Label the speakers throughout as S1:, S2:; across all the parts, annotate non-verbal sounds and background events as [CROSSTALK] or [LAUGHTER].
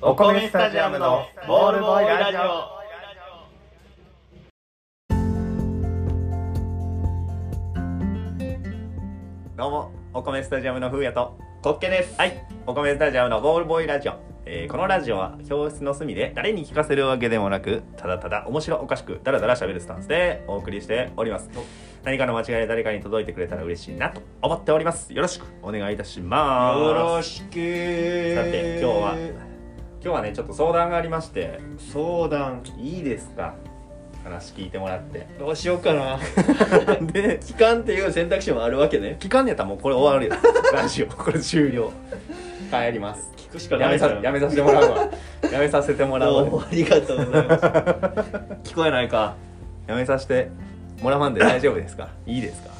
S1: お米スタジアムのボールボーイラジオどうもお米スタジアムのふうやと
S2: コッケです。
S1: はいお米スタジアムのボールボーイラジオ、えーこのラジオは教室の隅で誰に聞かせるわけでもなくただただ面白おかしくダラダラ喋るスタンスでお送りしております何かの間違いで誰かに届いてくれたら嬉しいなと思っておりますよろしくお願いいたします
S2: よろしくー
S1: さて今日は今日はねちょっと相談がありまして
S2: 相談
S1: いいですか話聞いてもらって
S2: どうしようか [LAUGHS] な
S1: で
S2: 期間っていう選択肢もあるわけね
S1: 聞かんねやったらもうこれ終わ
S2: [LAUGHS]
S1: るよラジオこれ終了帰ります
S2: 聞くしか
S1: や
S2: な
S1: め
S2: いか
S1: さ
S2: ら
S1: やめさせてもらうわやめさせてもらう
S2: どう
S1: わ
S2: もありがとうございます聞こえない [LAUGHS] か
S1: やめさせてもらわんで大丈夫
S2: [LAUGHS]
S1: ですかいいですか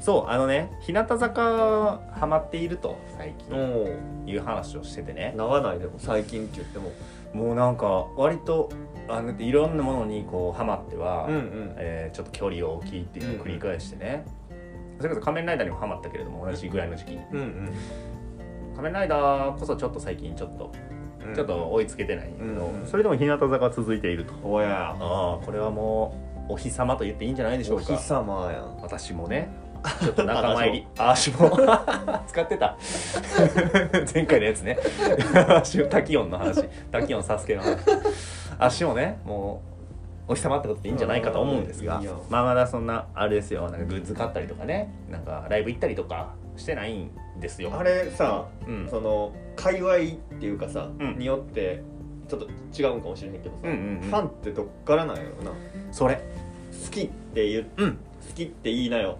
S1: そうあのね日向坂ハマっていると最近
S2: も
S1: いう話をしててね
S2: うなわないでも最近って言っても
S1: もうなんか割とあのいろんなものにこうハマっては、
S2: ん
S1: えーちょっと距離を置きっていうのを繰り返してね、それこそ仮面ライダーにもハマったけれども同じぐらいの時期に
S2: うんうん
S1: 仮面ライダーこそちょっと最近ちょっと、
S2: うん
S1: ちょっと追いつけてないんだけど、
S2: うん
S1: それでも日向坂は続いていると
S2: おや
S1: ああこれはもうお日様と言っていいんじゃないでし
S2: お
S1: ょう
S2: 日
S1: か
S2: 様やん
S1: 私も [LAUGHS] ねちょっと仲間入りああしも [LAUGHS] 使ってた前回のやつね [LAUGHS] 足も滝音の話滝音サスケの話足もねもうお日様ってことでいいんじゃないかと思うんですが
S2: うんいいよ
S1: まあまだそんなあれですよなんかグッズ買ったりとかねなんかライブ行ったりとかしてないんですよ
S2: あれさ
S1: うん
S2: その界隈っていうかさ、
S1: うん
S2: によってちょっと違うんかもしれへんけどさ、
S1: うんうんうん
S2: ファンってどっからなんやろな好
S1: それ
S2: きって言う
S1: うん
S2: 好きって言いなよ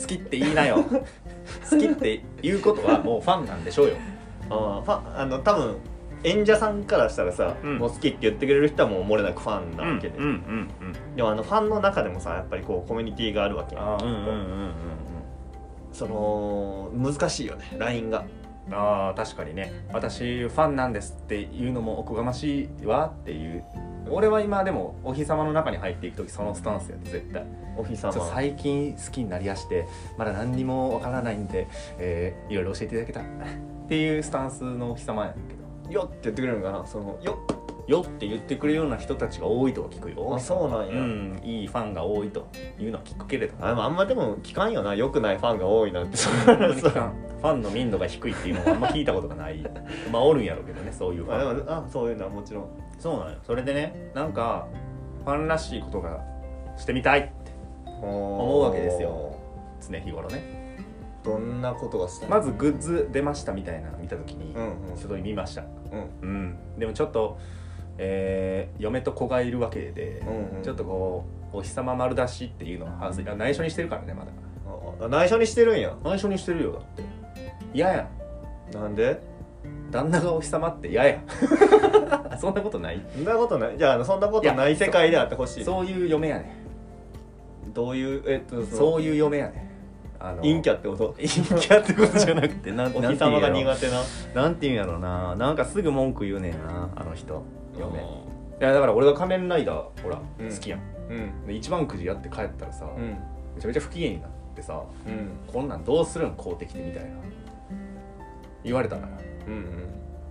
S1: 好きって言いなよ [LAUGHS] 好きって言うことはもうファンなんでしょうよ
S2: あーファンあの多分演者さんからしたらさ、
S1: うん
S2: もう好きって言ってくれる人はもう漏れなくファンな
S1: うん
S2: わ
S1: うん
S2: けで、
S1: うんうん
S2: でもあのファンの中でもさやっぱりこうコミュニティがあるわけ
S1: あーうんうんうんうんうん
S2: その難しいよねラインが
S1: あー確かにね私ファンなんですっていうのもおこがましいわっていう俺は今でもお日様の中に入っていく時そのスタンスやって絶対
S2: お日
S1: ちょ
S2: 様
S1: 最近好きになりやしてまだ何にもわからないんで、えーいろいろ教えていただけたらっていうスタンスのお日様やねんけど
S2: よって言ってくれるのかなそのよ
S1: よって言ってくれるような人たちが多いとは聞くよ
S2: あそうなんや、
S1: うんいいファンが多いというのは聞くけれど
S2: あでもあんまでも聞かんよな良くないファンが多いなんてそ
S1: あんまり聞
S2: [LAUGHS]
S1: かんファンの民度が低いっていうのはあんま聞いたことがないまあおるんやろうけどねそういうフ
S2: まあ
S1: ァンは
S2: でもあそういうのはもちろん
S1: そうなのよそれでねなんかファンらしいことがしてみたいって
S2: 思
S1: うわけですよ常日頃ね
S2: どんなことがしたい
S1: まずグッズ出ましたみたいなの見た時に
S2: うんうん
S1: すごい見ました
S2: うん
S1: うんでもちょっとえー嫁と子がいるわけで
S2: うんうん
S1: ちょっとこうお日様丸出しっていうのは恥ずいあ内緒にしてるからねまだ
S2: ああ内緒にしてるんや
S1: 内緒にしてるよだって嫌や
S2: なんで
S1: 旦那がお日様って嫌 [LAUGHS] やそんなことない
S2: そんなことないじゃあそんなことない世界であってほしい
S1: そういう嫁やね
S2: どういうえっとそ
S1: そういう嫁やねあの
S2: の陰キャってこと [LAUGHS]
S1: 陰キャってことじゃな [LAUGHS] くてなん
S2: お
S1: なん
S2: 日
S1: て言
S2: 様
S1: うんや
S2: が
S1: ろ
S2: 苦手な
S1: なんて言うんやろうななんかすぐ文句言うねんなあの人嫁い
S2: うん
S1: やだから俺が仮面ライダーほら、
S2: うん
S1: 好きやん
S2: うん
S1: で一番くじやって帰ったらさ、
S2: うん
S1: めちゃめちゃ不機嫌になってさ
S2: うん
S1: こんなんどうするん公的でみたいな言われたから
S2: うん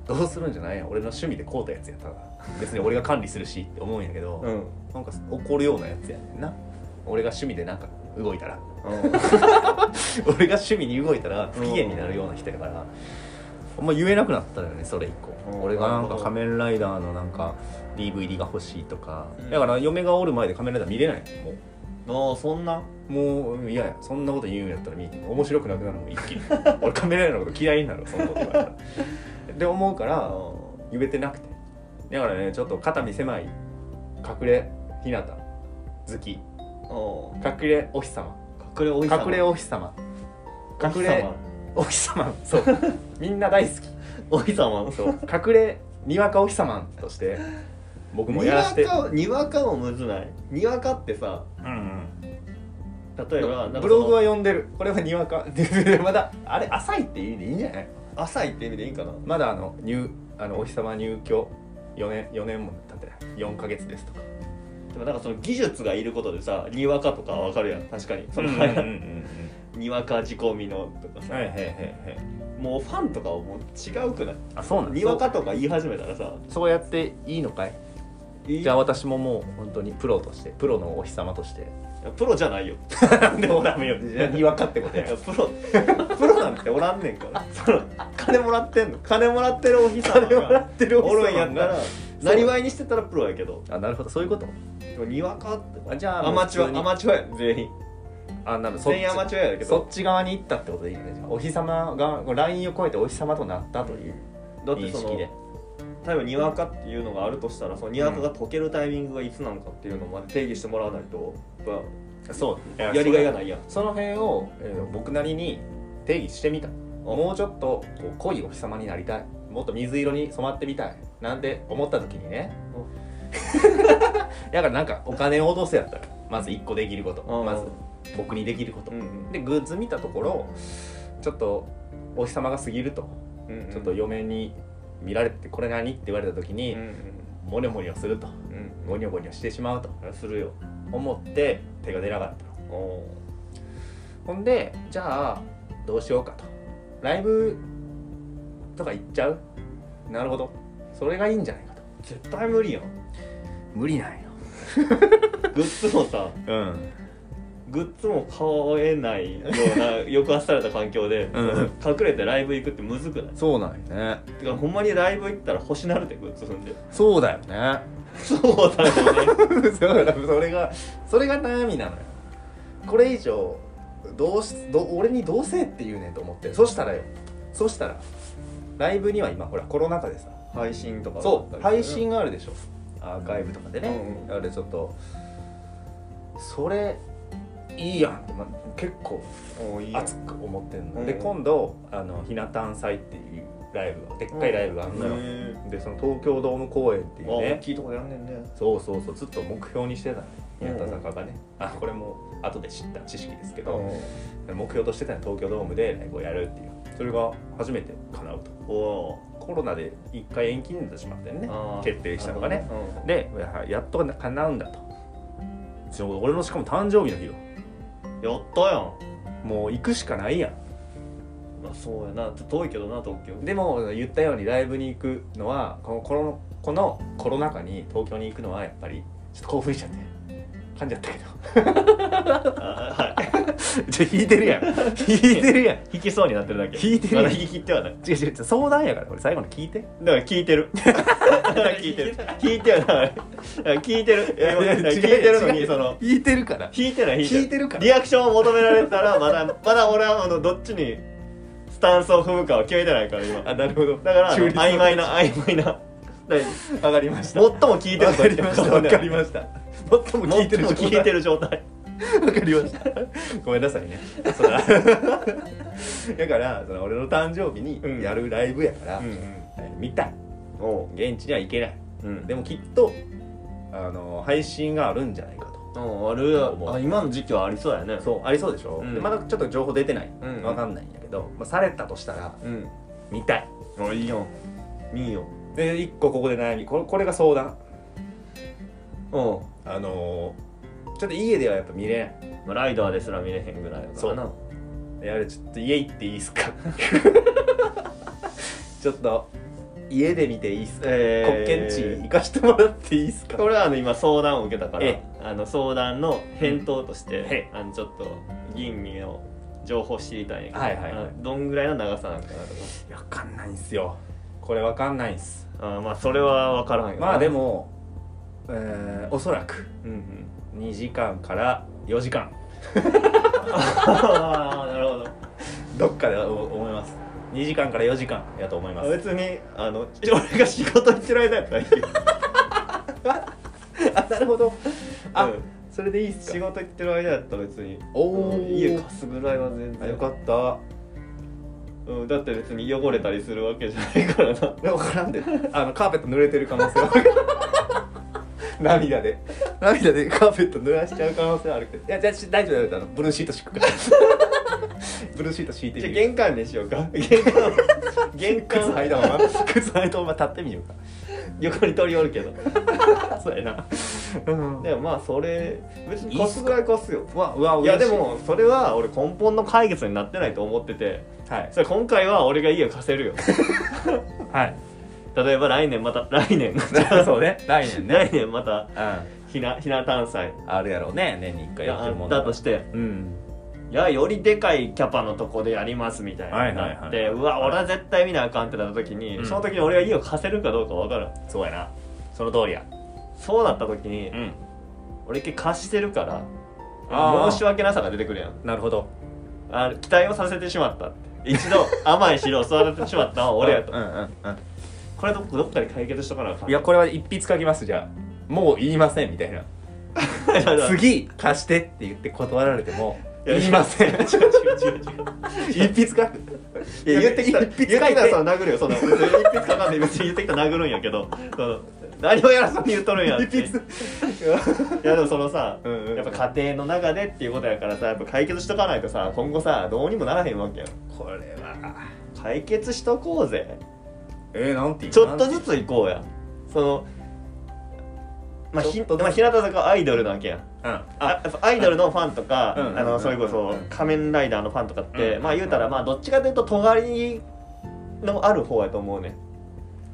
S1: どうするんじゃないやん俺の趣味で買うたやつやったら別に俺が管理するしって思うんやけど、
S2: うんうん
S1: なんか怒るようなやつやねんな俺が趣味でなんか動いたら [LAUGHS] 俺が趣味に動いたら不機嫌になるような人やから、あんま言えなくなったよねそれ以降、
S2: うん
S1: 俺がな
S2: な
S1: ん
S2: る
S1: か
S2: ほど
S1: 仮面ライダーのなんか DVD が欲しいとか、
S2: うん
S1: だから嫁がおる前で仮面ライダー見れないも
S2: あ
S1: う
S2: あそんな
S1: もういやいやそんなこと言うんやったら見えへん面白くなくなるもん一
S2: [LAUGHS]
S1: 気に俺仮面ライダーのこと嫌いになるわそんなこと言われたらって思うから言えてなくてだからねちょっと肩身狭い隠れ日向好き
S2: うん
S1: 隠れお日様
S2: 隠れお日様
S1: 隠れお日様
S2: お日
S1: 隠れ
S2: 様
S1: お日様そうみんな大好き
S2: お日様
S1: そう隠れにわかお日様として僕も
S2: に
S1: やら
S2: わ
S1: して、
S2: かにわかもむずないにわかってさ
S1: うん
S2: 例えばなん
S1: う
S2: か
S1: ん、
S2: その
S1: ブログは読んでるこれはにわかでまだあれ浅いっていいでいいんじゃない
S2: 浅いって意味でいいんかな
S1: まだあの入あのお日様入居4年4年も経ってない4か月ですとか
S2: でもなんかその技術がいることでさにわかとかわかるやん確かにその、 [LAUGHS]
S1: うんうんうんうん
S2: にわか仕込みのとかさ、
S1: はいはいはいはい
S2: もうファンとかはもう違うくない
S1: あそうなん
S2: にわかとか言い始めたらさ
S1: そうやっていいのかいじゃあ私ももう本当にプロとしてプロのお日様と
S2: [LAUGHS]
S1: して
S2: いやプロじゃないよ
S1: なんでもダメよにわかってこと
S2: い
S1: や
S2: やプロ [LAUGHS] プロなんておらんねんからその金もらってんの金もらってるお日様
S1: 金もら
S2: が
S1: ってるお
S2: おるん
S1: 日
S2: や
S1: 様
S2: ったら
S1: が
S2: なりわいにしてたらプロやけど
S1: あなるほどそういうこと
S2: でもにわかって
S1: あじゃあ
S2: アマチ
S1: 普通
S2: ュ
S1: に
S2: アアマチュアやん全員
S1: あなるそっ
S2: 全員アマ
S1: ち
S2: チュアやけ
S1: そ
S2: ど
S1: っち側に行ったってことでいいよねじゃあお日様がこうラインを越えてお日様となったという
S2: だって
S1: 認
S2: そ
S1: 識
S2: の
S1: で
S2: 例えばにわかっていうのがあるとしたらそのにわかが溶けるタイミングがいつなのかっていうのまで定義してもらわないとやっ
S1: そう
S2: ぱやりがいが
S1: い
S2: ないやん
S1: その辺を、えー僕なりに定義してみたもうちょっとこう濃いお日様になりたいもっと水色に染まってみたいなんて思った時にね [LAUGHS] だからなんかお金を落とせやったらまず1個できること
S2: うん
S1: まず僕にできること
S2: うんうん
S1: でグッズ見たところちょっとお日様が過ぎると
S2: うんうん
S1: ちょっと嫁に見られてこれ何って言われた時
S2: うん
S1: に
S2: うん
S1: モニョモニョすると
S2: うん
S1: ゴニョゴニョしてしまうと
S2: うんするよ
S1: 思って手が出なかった
S2: お
S1: ほんでじゃあどうしようかとライブとか行っちゃうなるほどそれがいいんじゃないかと
S2: 絶対無理やん
S1: 無理ないよ
S2: グッズも
S1: [LAUGHS]
S2: さ
S1: うん
S2: グッズも買えないよう
S1: [LAUGHS]
S2: な抑圧された環境で、
S1: うん
S2: その隠れてライブ行くってむずくない
S1: そうなんよね
S2: てかほんまにライブ行ったら欲しなるでグッズ踏んで
S1: そうだよね
S2: そうだよね
S1: [LAUGHS] そうだそれがそれが悩みなのよこれ以上どうしどう俺にどうせって言うねんと思ってそしたらよそしたらライブには今ほらコロナ禍でさ
S2: [LAUGHS] 配信とか
S1: そう配信
S2: が
S1: があるでしょアーカイブとかでね、
S2: うん
S1: あれちょっとそれいいやんって、ま結構
S2: おいいやん
S1: 熱く思ってんの、
S2: うん
S1: で今度あのひな壇祭っていうライブがでっかいライブがあんのよ、
S2: へ
S1: でその東京ドーム公演ってい
S2: ー
S1: う
S2: 大
S1: ね
S2: きいとこでやんねんね
S1: そうそうそうずっと目標にしてたのよ日
S2: うん
S1: 向坂がね、あこれも後で知った知識ですけど、目標としてたのは東京ドームでライブをやるっていうそれが初めて叶う
S2: お
S1: と
S2: お
S1: コロナで一回延期になってしまってね
S2: ー
S1: 決定したのがね
S2: なるほどね
S1: でやっと叶うんだとちょ俺のしかも誕生日の日よ
S2: うんやったやん
S1: もう行くしかないやん
S2: まあそうやな遠いけどな東京
S1: でも言ったようにライブに行くのはこのこのこのコロナ禍に東京に行くのはやっぱりちょっと興奮しちゃって噛んじゃったけど
S2: [LAUGHS] あは
S1: [LAUGHS]
S2: い
S1: じゃ引いてるやん引いてるやん
S2: 引きそうになってるだけ
S1: 引いてる
S2: ま
S1: やん
S2: だ引き切ってはない
S1: 違う違う違う相談やからこれ最後の聞いて
S2: だから聞いて [LAUGHS] るだから聞いてる聞いてるだから聞いてるだから聞いてるの
S1: 違う違
S2: に
S1: う
S2: その
S1: 引いてるから
S2: 聞いてない
S1: 聞いてるから
S2: リアクションを求められたらまだまだ俺はあのどっちにスタンスを踏むかは決めてないから今だ
S1: あなるほど
S2: からあの
S1: 中立の
S2: 曖昧な曖昧なだから
S1: わかりまし
S2: [LAUGHS] 最
S1: た
S2: も聞いてる
S1: わかりましたわかりました最も
S2: 最
S1: 聞いてる
S2: も
S1: 状態
S2: 聞いてる状態
S1: わかりました。ごめんなさい
S2: [LAUGHS]
S1: ね。そうだだから、その俺の誕生日
S2: うん
S1: にやるライブやから、
S2: ん
S1: えー見たい。
S2: お
S1: 現地には行けない。
S2: うん
S1: でもきっと、あの、配信があるんじゃないかと。
S2: あるやあ今の時期はありそうやね
S1: そう、ありそうでしょ、
S2: うん
S1: でまだちょっと情報出てない。
S2: うん
S1: わかんないんだけど、まあ、されたとしたら、
S2: うん
S1: 見たい。
S2: あいいよいいよ
S1: で、一個ここで悩み。これこれが相談。
S2: お
S1: あのーちょっと家ではやっぱ見れない。
S2: まあライダーですら見れへんぐらいやからな
S1: であれちょっと家行っていいっすか [LAUGHS] ちょっと家で見ていいっすか、
S2: えー
S1: 国権地行かしてもらっていいっすか
S2: これはあの今相談を受けたから
S1: え
S2: あの相談の返答とし
S1: うんえ
S2: てあのちょっと吟味の情報を知りたいんやけど、
S1: はいはいはい
S2: あのどんぐらいの長さなんかなと
S1: わかんないんすよこれわかんないんす
S2: かあーまあそれは分からんよな
S1: まあで、も、えーおそらく
S2: うんうん、
S1: 2時間から4時間
S2: [LAUGHS] ああなるほど
S1: どっかでお思います2時間から4時間やと思います
S2: 別にあの俺が仕事行ってる間やったらいいよ
S1: あなるほどあ、
S2: うん
S1: それでいいっす
S2: 仕
S1: か
S2: 事行ってる間やったら別に
S1: おー
S2: うん家貸すぐらいは全
S1: あ
S2: 然
S1: よかった
S2: うん、だって別に汚れたりするわけじゃないからな
S1: 分からんであのカーペット濡れてる可能性は [LAUGHS] 涙で涙でカーペット濡らしちゃう可能性はあるけどいやじゃあし大丈夫だよあのブルーシート敷くから [LAUGHS] ブルーシート敷いて
S2: じゃあ
S1: みる
S2: [LAUGHS]
S1: [LAUGHS]
S2: 玄関にしようか玄関玄
S1: 靴
S2: 関
S1: [LAUGHS] 履いたまま靴履いたまま立ってみようか
S2: 横に鳥おるけ [LAUGHS] ど
S1: そうやな。うん。
S2: でもまあそれ別に
S1: いいっ
S2: 貸す
S1: す
S2: ぐ
S1: から
S2: い貸すよ
S1: うわ、うわ、
S2: いやで
S1: 嬉し
S2: もそれは俺根本の解決になってないと思ってて
S1: はい。
S2: それ今回は俺が家貸せ
S1: [LAUGHS]
S2: るよ
S1: はい。
S2: 例えば来年また来年
S1: そうね。 [LAUGHS] 来年ね。
S2: [LAUGHS] 来年また
S1: うん。
S2: ひなひな誕祭
S1: あるやろうね。年に一回やってるもん
S2: だとして
S1: うん。
S2: いやよりでかいキャパのとこでやりますみたい
S1: はい
S2: に
S1: はいはい
S2: なってうわ俺は絶対見なあかんってなった時に、
S1: うん
S2: その時に俺が家を貸せるかどうか分からん
S1: そうやな。その通りや。
S2: そうだった時に、
S1: ん。
S2: 俺一回貸してるから
S1: あー
S2: 申し訳なさが出てくるやん
S1: なるほど。
S2: あ期待をさせてしまったって一度甘い汁を育ててしまったのは俺やと
S1: うんうんうん。
S2: これどっどっかで解決しとかなあかん
S1: いや、これは一筆書きます、じゃあ。もう言いません、みたいな。
S2: いやいや
S1: [LAUGHS] 次、貸してって言って断られても、
S2: いや
S1: 言いません。
S2: 違う違う違う違う
S1: [LAUGHS] 一筆書く。
S2: いや言ってきた言
S1: 一
S2: って
S1: 筆
S2: きた
S1: 書い
S2: ら
S1: て
S2: さ。殴るよそんな別に一筆かかんない別に言ってきたら殴るんやけどその何をやらずに言っとるんやって
S1: 一筆。
S2: いやでもそのさ、
S1: うんうんうん
S2: やっぱ家庭の中でっていうことやからさやっぱ解決しとかないとさ今後さどうにもならへんわけやん
S1: これは。
S2: 解決しとこうぜ
S1: えー、なんて言う
S2: ちょっと
S1: ず
S2: ずつ行こうやそのまあひ
S1: ちょっ
S2: まあ日向坂はアイドルなわけやん
S1: うん。
S2: あやっぱアイドルのファンとか、
S1: うんうん
S2: あ
S1: うんう
S2: の
S1: ん
S2: それこそ「仮面ライダー」のファンとかって、
S1: うん
S2: まあ言うたらまあどっちかというと尖りのある方やと思うねん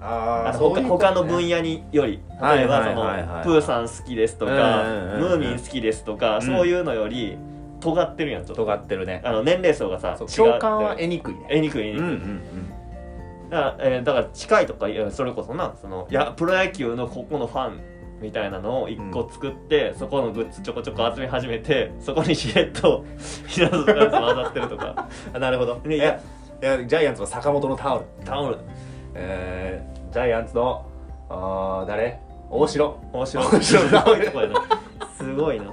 S1: あ
S2: あ
S1: あ、
S2: の
S1: そう
S2: 他
S1: いうこと
S2: 他
S1: ね
S2: の分野により
S1: はい
S2: 例えばそ
S1: はいはいは
S2: の
S1: い
S2: プーさん好きですとか
S1: うんうんうんうん
S2: ムーミン好きですとか
S1: ん
S2: そういうのより尖ってるやんちょっと
S1: 尖ってるね
S2: あの年齢層がさ
S1: そう
S2: 違う
S1: 共感は得にくいね
S2: えにくいに
S1: うん
S2: く
S1: うん
S2: いだからえーだから近いとかいやそれこそなそのいやプロ野球のここのファンみたいなのを一個作って、そこのグッズちょこちょこ集め始めてそこにしれっ [LAUGHS] と平野とかが混ざってるとか
S1: うんなるほど
S2: ね
S1: い
S2: い
S1: や
S2: や
S1: いやジャイアンツの坂本のタオル
S2: タオル
S1: えージャイアンツのあー誰大城
S2: 面白い
S1: 面白い
S2: すごいとこやなすごいな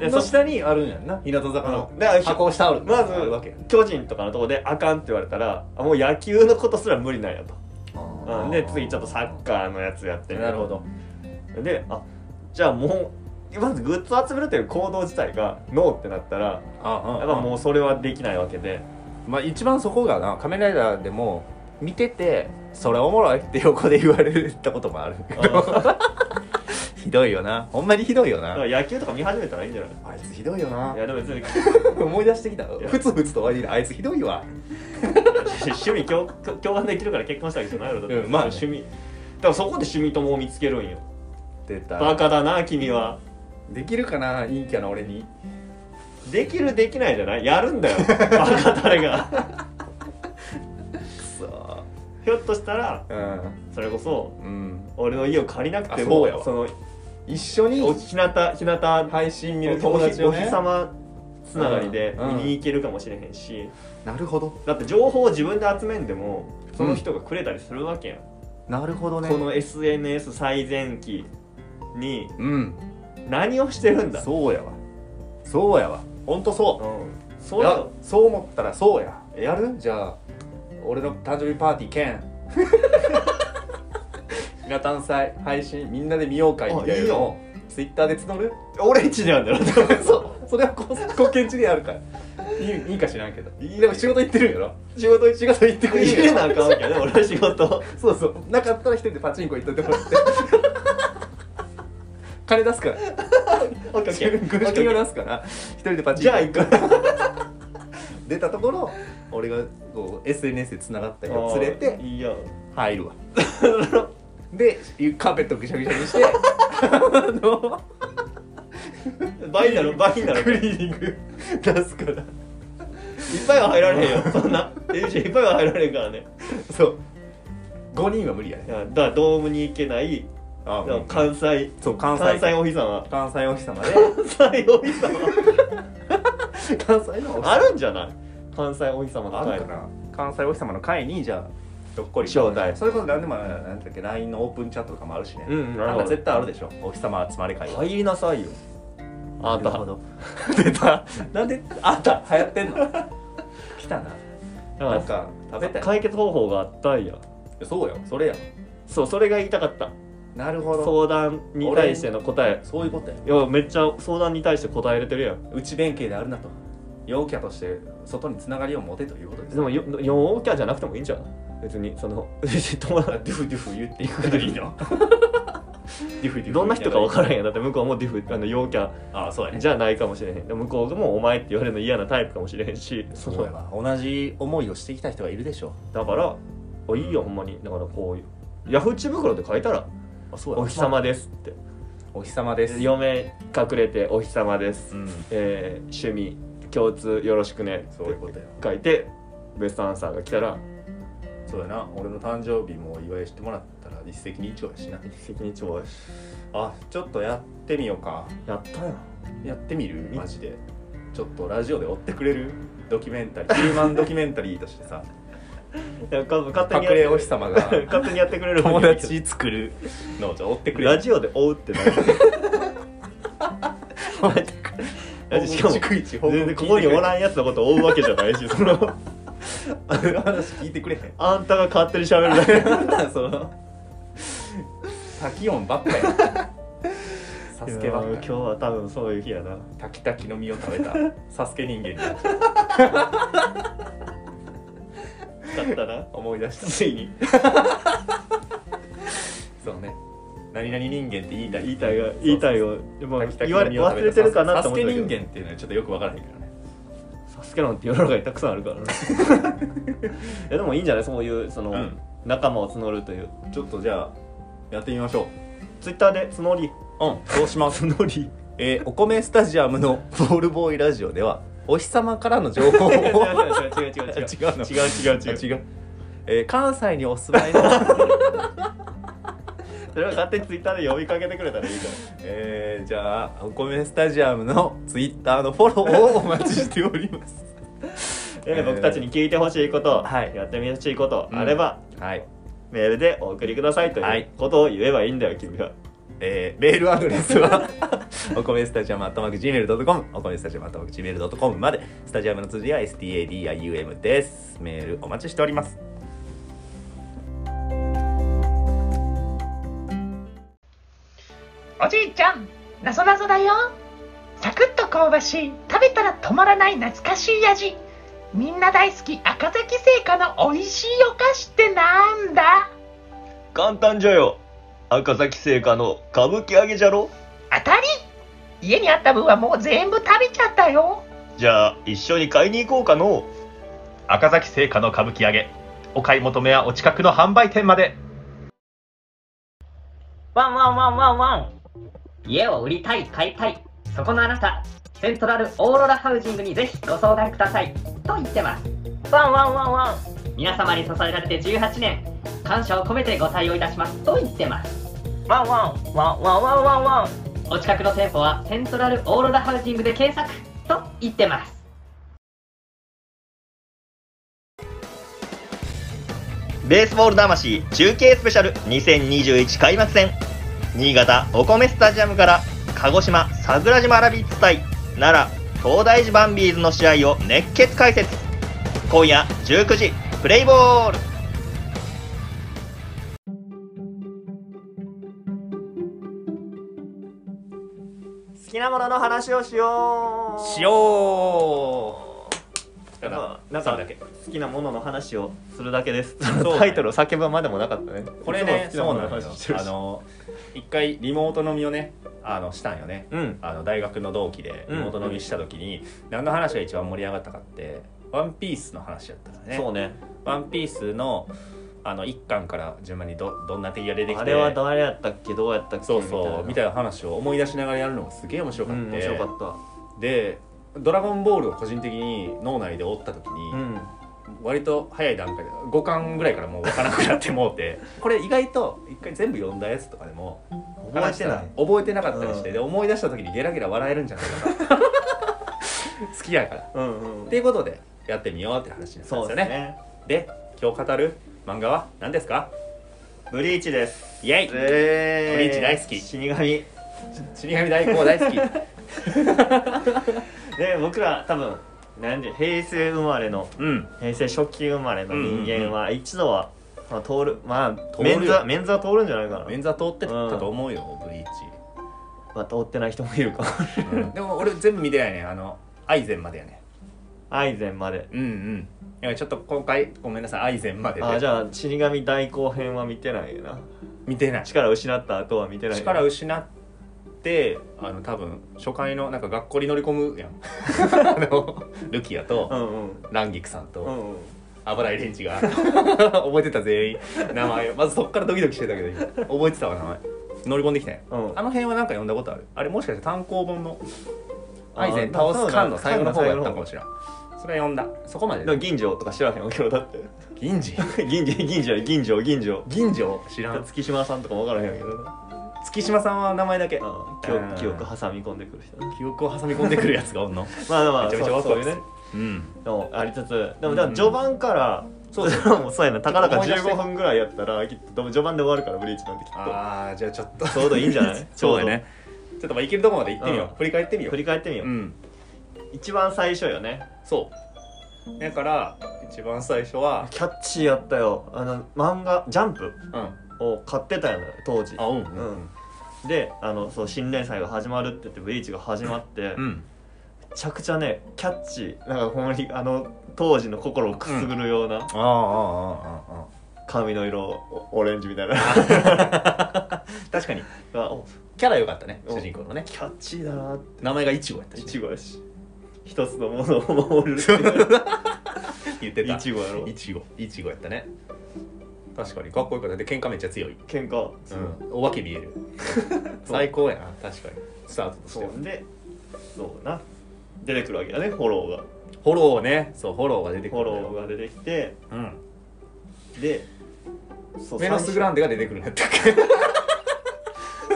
S2: で
S1: の
S2: そ
S1: 下にあるんやんな日向坂の
S2: うんだから
S1: 加工したタオル
S2: まず
S1: あるわけやん
S2: 巨人とかのとこであかんって言われたらあもう野球のことすら無理なんやと、うん、で次ちょっとサッカーのやつやってみる
S1: なるほど
S2: であじゃあもうまずグッズを集めるという行動自体がノーってなったら
S1: あ
S2: やっぱもうそれはできないわけで
S1: まあ一番そこがな仮面ライダーでも見ててそれおもろいって横で言われたこともある [LAUGHS]
S2: あー
S1: ひどいよなほんまにひどいよ
S2: だ
S1: な
S2: から野球とか見始めたらいいんじゃない
S1: あいつひどいよない
S2: やでも別に
S1: 思い出してきた
S2: や
S1: ふつふつと終わりだあいつひどいわ
S2: 趣味共共感できるから結婚したわけじゃないやろだって、
S1: うんまあね
S2: 趣味だからそこで趣味友を見つけるんよ
S1: 出た
S2: バカだな君は
S1: できるかな陰キャな俺に
S2: できるできないじゃないやるんだよバカ誰が
S1: くそ
S2: ひょっとしたら
S1: うん
S2: それこそ
S1: うん
S2: 俺の家を借りなくて
S1: あそ
S2: も
S1: うやわ
S2: の
S1: 一緒
S2: お
S1: に
S2: 日向日向
S1: 配信見る友達
S2: お
S1: を
S2: 日
S1: ね
S2: 様つながりで
S1: うん
S2: 見に行けるかもしれへんし、
S1: なるほど
S2: だって情報を自分で集めんでもその人がくれたりするわけやん、
S1: なるほどね
S2: この SNS 最前期に
S1: うん
S2: 何をしてるんだう、
S1: そうやわそうやわほんとそ
S2: ん、
S1: う
S2: そう
S1: い
S2: だ
S1: や
S2: ろ
S1: そう思ったらそうややるじゃあ俺の誕生日パーティー兼 [LAUGHS] ひな誕祭配信みんなで見ようかいみたいなのをツイッターで募る [LAUGHS]
S2: 俺んちでやんだろ
S1: そうそれはこう貢献地でやるからいいいいか知らんけど
S2: いい
S1: でも仕事行ってるんやろ
S2: 仕事行
S1: 仕事行ってくれ
S2: 入
S1: る
S2: れ
S1: んや
S2: なあ
S1: ろ
S2: かんわけやね俺は仕
S1: [LAUGHS]
S2: 事
S1: そうそうなかったら一人でパチンコ行っといても [LAUGHS] らって金出すから
S2: オッケーオッケ
S1: 自分
S2: ー
S1: 軍資金を出すから一人でパチン
S2: じ
S1: コ
S2: ゃあ行く
S1: 出たところ俺がこう SNS でつながった人を連れて
S2: いいよ
S1: 入るわ [LAUGHS] でカーペットぐしゃぐしゃに [LAUGHS] してあの
S2: 倍になる倍になる
S1: クリーニング出すから
S2: いっぱいは入られへんよそんな MC いっぱいは入られへんからね
S1: そう5人は無理やね
S2: いやだからドームに行けない
S1: あ
S2: だから関西
S1: そう関
S2: 関
S1: 西
S2: 西お日様
S1: 関西お日様で
S2: 関西お日様
S1: [LAUGHS] 関西のお日様
S2: あるんじゃない関西お日様の
S1: あ
S2: 会
S1: るかな関西お日様の会にじゃあどっこり
S2: 招待
S1: それこそ何でもなんだっけ LINE のオープンチャットとかもあるしね、
S2: うんうん
S1: なんか絶対あるでしょお日様集まり会は、
S2: 入りなさいよあん
S1: なる
S2: た
S1: ほど出た [LAUGHS] なんであんた流行 [LAUGHS] ってんの来たななんか食べたい
S2: 解決方法があったんや
S1: そうよそれや
S2: そうそれが言いたかった
S1: なるほど
S2: 相談に対しての答え
S1: そういうことや
S2: いやめっちゃ相談に対して答えれてるやん
S1: 内弁慶であるなと陽キャとして外につながりを持てということです
S2: でもよ4オーキャじゃなくてもいいんじゃない別にその [LAUGHS] 別に友達
S1: ドゥフドゥフ言っていく
S2: ドゥフドゥフ
S1: のデュフデュフ
S2: どんな人か分からへんやんだって向こうもディフあの陽キャ
S1: ああそうやね
S2: じゃないかもしれへんでも向こうもお前って言われるの嫌なタイプかもしれへんしそ
S1: そう
S2: の
S1: やわ同じ思いをしてきた人がいるでしょ
S2: だからおいいよほんまにだからこういうヤフーチ袋で書いたら
S1: あ
S2: 「
S1: そう
S2: お日様です」って
S1: お日様です
S2: 「嫁隠れてお日様です」
S1: うん
S2: えー趣味共通よろしくね」
S1: そういうことよ
S2: 書いてベストアンサーが来たら
S1: そうやな俺の誕生日もお祝いしてもらったら一石二鳥やしな
S2: 一石二鳥やし
S1: あちょっとやってみようか
S2: やったよ
S1: やってみるマジでちょっとラジオで追ってくれるドキュメンタリーヒューマンドキュメンタリーとしてさ
S2: [LAUGHS] 勝手にやっ
S1: 隠
S2: て
S1: れお日様が
S2: [LAUGHS] 勝手にやってくれる
S1: 友達作るのをちょっと追ってくれる
S2: ラジオで追うってなるラジオしかも
S1: 逐一報告
S2: 全然ここにおら
S1: ん
S2: んやつのことを追うわけじゃないしその
S1: 話聞いてくれへん
S2: あんたが勝手に喋るだけ
S1: なんなんその滝音ばっかや [LAUGHS] サスケばっ
S2: いやー今
S1: か
S2: 日は多分そういう日やな
S1: 滝滝の実を食
S2: [LAUGHS]
S1: べたサスケ人間になっちゃう
S2: だった [LAUGHS] な
S1: 思い出した
S2: ついに
S1: [LAUGHS] そうね何々人間って言いたい
S2: 言いたいが言いたいをまあ
S1: 滝滝
S2: 言わ
S1: の
S2: れ
S1: 実を食べた
S2: 忘れてるかなって思ったけ
S1: サスケ人
S2: ど
S1: 間っていうのはちょっとよくわからへんからね
S2: サスケなんて世の中にたくさんある [LAUGHS] からないやでもいいんじゃないそういうその、
S1: うん
S2: 仲間を募るという
S1: ちょっとじゃあやってみましょ
S2: ツイッターで募り
S1: ううんそうします
S2: 募り
S1: えーお米スタジアムのボールボーイラジオではお日様からの情報を
S2: 違う違う違う違う違う違う違う違う違う違う
S1: の
S2: 違う違う
S1: あ違う、えー関西にお住まいの
S2: それは勝手にツイッターで呼びかけてくれたらいいから
S1: えー、じゃあお米スタジアムのツイッターのフォローをお待ちしております
S2: で、僕たちに聞いてほしいこと、
S1: はい
S2: やってみてほしいことあれば、
S1: はい、
S2: メールでお送りくださいと
S1: は
S2: いう
S1: い
S2: ことを言えばいいんだよ君は
S1: えー、メールアドレスは [LAUGHS] お米スタジアム atmacgmail.com お米スタジアム atmacgmail.com までスタジアムの辻は STADIUM ですメールお待ちしております
S3: おじいちゃん、なぞなぞだよ。サクッと香ばしい、食べたら止まらない懐かしい味。みんな大好き赤崎製菓の美味しいお菓子ってなんだ
S2: 簡単じゃよ赤崎製菓の歌舞伎揚げじゃろ
S3: 当たり家にあった分はもう全部食べちゃったよ。
S2: じゃあ一緒に買いに行こうかの
S1: 赤崎製菓の歌舞伎揚げお買い求めはお近くの販売店まで
S4: ワンワンワンワンワン家を売りたい買いたいそこのあなたセントラルオーロラハウジングにぜひご相談くださいと言ってますワンワンワンワン皆様に支えられて18年感謝を込めてご対応いたしますと言ってますワンワンワンワンワンワンワンお近くの店舗はセントラルオーロラハウジングで検索と言ってます
S5: ベースボール魂中継スペシャル2021開幕戦新潟お米スタジアムから鹿児島桜島ラビッツ対奈良東大寺バンビーズの試合を熱血解説今夜19時プレイボール
S2: 好きなものの話をしよう
S1: しよう
S2: まあなんか
S1: それだけ
S2: 好きなものの話をするだけです
S1: そう
S2: タイトルを叫ぶまでもなかったね
S1: これね
S2: いつも好きも
S1: そうなのよ
S2: 話してる
S1: あ
S2: し
S1: の一回リモート飲みをねあのしたんよね
S2: うん
S1: あの大学の同期で
S2: う
S1: リ
S2: ん
S1: モート飲みした時に、何の話が一番盛り上がったかって「ワンピースの話やったからね
S2: そうね
S1: 「ワンピースのあの一巻から順番にどどんな敵が出てきて
S2: あれは誰やったっけどうやったっけ
S1: そうそうみ
S2: みた
S1: たい
S2: い
S1: な話を思い出しながらやるのがすげえ面白か
S2: な
S1: っ
S2: う
S1: て、
S2: ん面白かった
S1: で「ドラゴンボール」を個人的に脳内で追った時に、
S2: うん
S1: 割と早い段階で5巻ぐらいからもう分からなくなってもうて [LAUGHS] これ意外と一回全部読んだやつとかでも
S2: 覚えてない
S1: 覚えてなかったりして、
S2: うん
S1: で思い出した時にゲラゲラ笑えるんじゃないか [LAUGHS] な好きやから。
S2: うんうん
S1: っていうことでやってみようって話になったん
S2: そ
S1: で
S2: う
S1: すよ
S2: です
S1: ね。
S2: ね
S1: で今日語る漫画は何ですか
S2: ブリーチです
S1: イエイ
S2: え
S1: ブリーチ大好き
S2: 死神
S1: 死神大好大好 [LAUGHS] き
S2: で僕ら多分なんで平成生まれの
S1: うん
S2: 平成初期生まれの人間は一度は、まあ、通るまあ
S1: 通る
S2: メ
S1: よ
S2: ンズはメンズは通るんじゃないかな
S1: メンズは通ってたと思うよ、ブリーチ、
S2: まあ、通ってない人もいるかも [LAUGHS]
S1: うんでも俺全部見てないねあのアイゼンまでやね
S2: アイゼンまで
S1: うんうんいやちょっと今回ごめんなさいアイゼンまでで
S2: あじゃあ死神大後編は見てないよな
S1: 見てない
S2: 力失った後は見てない
S1: 力失ってあの多分初回のなんか学校に乗り込む
S2: [LAUGHS]
S1: やんあのルキア
S2: う
S1: と
S2: んうん
S1: ランギクさんと、
S2: うんうん
S1: 危ないレンチが [LAUGHS] 覚えてた全員名前をまずそっからドキドキしてたけど今覚えてたわ名前乗り込んできたよ
S2: うん
S1: あの辺はなんか読んだことあるあれもしかして単行本のアイゼン倒す缶の最後の方やったかもしれんそれは読んだそこまで
S2: でも銀城とか知らへんわけどだって
S1: 銀次
S2: [LAUGHS] 銀城銀城銀城銀城
S1: 銀城知らん
S2: 月島さんとかも分からへんわけどな
S1: 月島さんは名前だけ
S2: うん記憶記憶挟み込んでくる人な
S1: 記憶を挟み込んでくるやつがおん [LAUGHS] の
S2: まあでもまあ
S1: めちゃめちゃ
S2: そう
S1: ワクワク
S2: そう
S1: す
S2: いう
S1: る
S2: ね
S1: うん
S2: のありつつでも
S1: うん
S2: だから序盤から
S1: そうそ
S2: そう [LAUGHS] そうやなたかだか
S1: 思い出して
S2: 15分ぐらいやったらきっとでも序盤で終わるからブリーチなんてきっと
S1: ああじゃあ [LAUGHS] ちょっと
S2: ちょうどいいんじゃない
S1: そうだねちょっとまあいけるとこまで行ってみよう、
S2: うん
S1: 振り返ってみよう
S2: 振り返ってみよ
S1: う
S2: うん一番最初よね
S1: そうだから一番最初は
S2: キャッチーやったよあの漫画「ジャンプ
S1: うんあ」
S2: を買ってたよね当時
S1: うん
S2: うんであのそう新連載が始まるって言ってブリーチが始まって、
S1: う
S2: め
S1: ん
S2: ちゃくちゃねキャッチーなんかほんまにあの当時の心をくすぐるような
S1: あああああああ
S2: 髪の色おオレンジみたいな [LAUGHS]
S1: 確かに
S2: がお
S1: キャラ良かったね主人公のね
S2: キャッチーだなって
S1: 名前がイチゴやったし
S2: い
S1: ね
S2: ちごやし一つのものを守るっていう
S1: 言ってた
S2: いちごやろ
S1: イチゴイチゴやったね確かにかっこよかったで喧嘩めっちゃ強い、
S2: 喧嘩
S1: うん、お化け見え [LAUGHS] る最高やな確かにスタートとし
S2: そ
S1: て
S2: うでそうな出てくるわけだねフォローが
S1: フォローねそうフォローが出てく
S2: フォ
S1: る
S2: ローが出てきて
S1: ーうん
S2: でそう
S1: メノスグランデが出てくるんやったっ
S2: 最初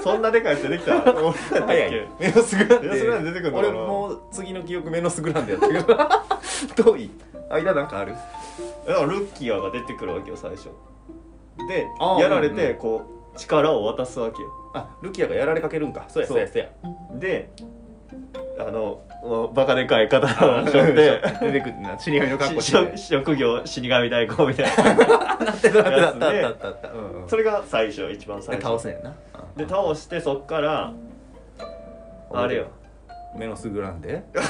S2: そんなでかいやつ出てきた
S1: [LAUGHS]
S2: 俺
S1: け
S2: なんだっ
S1: 早い
S2: け
S1: メノスグランデ
S2: メノスグランデ出てくるのかな
S1: 俺もう次の記憶メノスグランデやったけど遠い間なんかある
S2: だからルッキアが出てくるわけよ最初で
S1: あー
S2: やられ
S1: うんう
S2: て
S1: ん
S2: こう力を渡すわけよ
S1: あルキアがやられかけるんかそうや
S2: そ
S1: そううやそうや
S2: であのおバカでかい刀を持っ
S1: で
S2: て
S1: [LAUGHS] 出てくるな死神の格好
S2: し
S1: して
S2: 職職業死神代行みたいな
S1: [LAUGHS] あ
S2: や
S1: っ
S2: つ
S1: た
S2: で
S1: あったあったあったうんうん
S2: それが最初一番最
S1: で
S2: 初
S1: 倒せんやんな
S2: で倒してそっからあれよ
S1: メノスグランデ
S2: 言い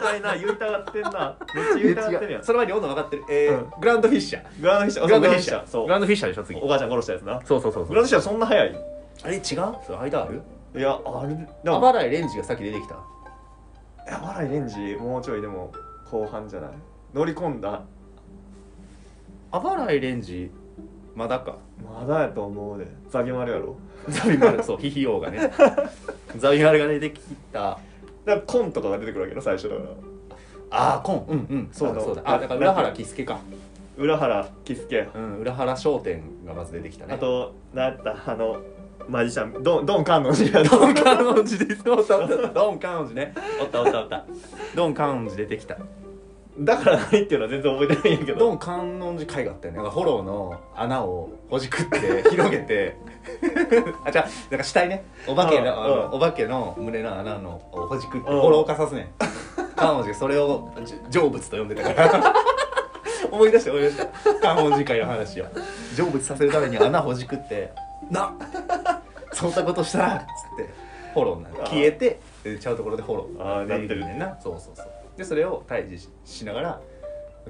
S2: たいな言いたがってんなめっちゃ言いたがってるやん
S1: その前に女分かってるえー
S2: う
S1: グランドフィッシャー
S2: グランドフィッシャーあ
S1: グランドフィッシャー
S2: そう
S1: グ
S2: グラン
S1: ランドフィッシャーでしょ次
S2: ドお母ちゃん殺したやつな
S1: そうそうそう
S2: グランドフィッシャーそんな早い
S1: あれ違うそれ間ある
S2: いやあれで
S1: あ
S2: も
S1: ばらいレンジが先出てきた
S2: 山田レンジもうちょいでも後半じゃない乗り込んだ
S1: あばらいレンジまだか [LAUGHS]
S2: まだやと思うでザギマルやろ
S1: ザビマルそうヒヒオウがねザビマルが出てきた
S2: だからコンとかが出てくるわけな最初だから
S1: ああコンうんうんそうだ
S2: あの
S1: そうだあだから浦原喜助か
S2: 浦原喜助
S1: うん浦原商店がまず出てきたね
S2: あと何やったあのマジシャンドンドンカンの字や
S1: ドンカンオンジです。おったおったドンカンオンジね。おったおったおった。ドンカンオンジ出てきた。
S2: だから何っていうのは全然覚えてないんやけど
S1: ドンカンオンジ会があったよね。なんかフォローの穴をほじくって広げ
S2: [LAUGHS]
S1: て。あ、じゃあ、なんか死体ね。お化けの、あ
S2: うん
S1: のお化けの胸の穴のをほじくって
S2: うん
S1: フォロー化さすねん。カンオンジがそれをじ成仏と呼んでたから。 [LAUGHS] 思い出した思い出した。カンオンジ会の話を。成仏させるために穴ほじくって。なそんなことしたらっつってフォローになる
S2: あー
S1: 消えてでちゃうところでフォロー
S2: あー
S1: なっ
S2: 出
S1: て
S2: て
S1: る
S2: る
S1: ねんなそうそうそうでそれを退治ししながら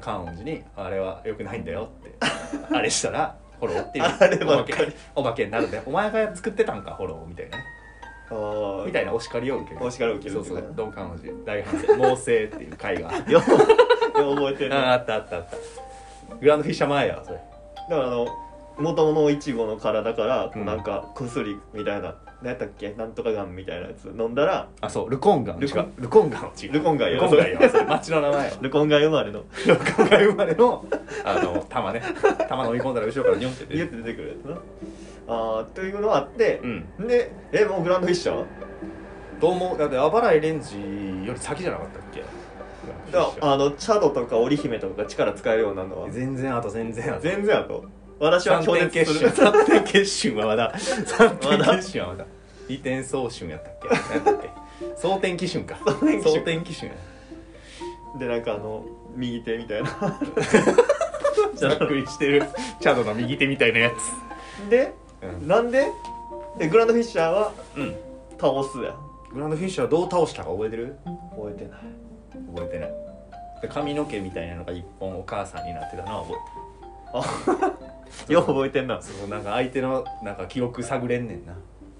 S1: 観音寺に「あれは良くないんだよ」ってあれしたらフォローっていう
S2: あれば
S1: お
S2: っ
S1: 化
S2: かり
S1: けお化けになるんでお前が作ってたんかフォローみたいなね
S2: あ
S1: みたいなお叱りを受ける
S2: お叱りを受ける
S1: そうそうドン観音寺大反省猛省っていう会が
S2: よよ覚えてる
S1: あ
S2: な
S1: あったあったあったグランドフィッシャー前やわそれ
S2: だからあの元々のいちごの体からこ
S1: う
S2: うんなんか薬みたいな、何やったっけなんとかガンみたいなやつ飲んだら
S1: あそうルコンガン
S2: ルコン
S1: 違うルコンガンは違う
S2: ルコンガン
S1: ル
S2: や
S1: コンガンやわそれ町の名前やわ
S2: [LAUGHS] ルコンガン生まれの
S1: ロカが生まれのあの玉ね玉飲み込んだら後ろからニョンって
S2: ビュ
S1: 出
S2: ってて出てくるやつなあーというのがあって
S1: う、ん
S2: でえもうグランドフィッシャー
S1: どうもだってあばらいレンジより先じゃなかったっけ
S2: だからあのチャドとか織姫とかが力使えるようになるのは
S1: 全然あと全然あと
S2: 全然やと私は
S1: 三
S2: 拒
S1: 点
S2: 絶
S1: 結
S2: す
S1: 集
S2: る
S1: [LAUGHS] 三点結集はまだ三点結集はまだ二点総春やったっけ何だっけ総点奇春か
S2: 天奇春
S1: 総点奇春や
S2: [LAUGHS] でなんかあの右手みたいな
S1: ざっくりしてるチャドの右手みたいなやつ
S2: で、
S1: うん
S2: なんでえグランドフィッシャーは
S1: うん
S2: 倒すやん
S1: グランドフィッシュはどう倒したか覚えてる
S2: 覚えてない
S1: 覚えてないで髪の毛みたいなのが一本お母さんになってたのは覚えてる
S2: よう覚えてんな
S1: そうなんか相手のなんか記憶探れんねんな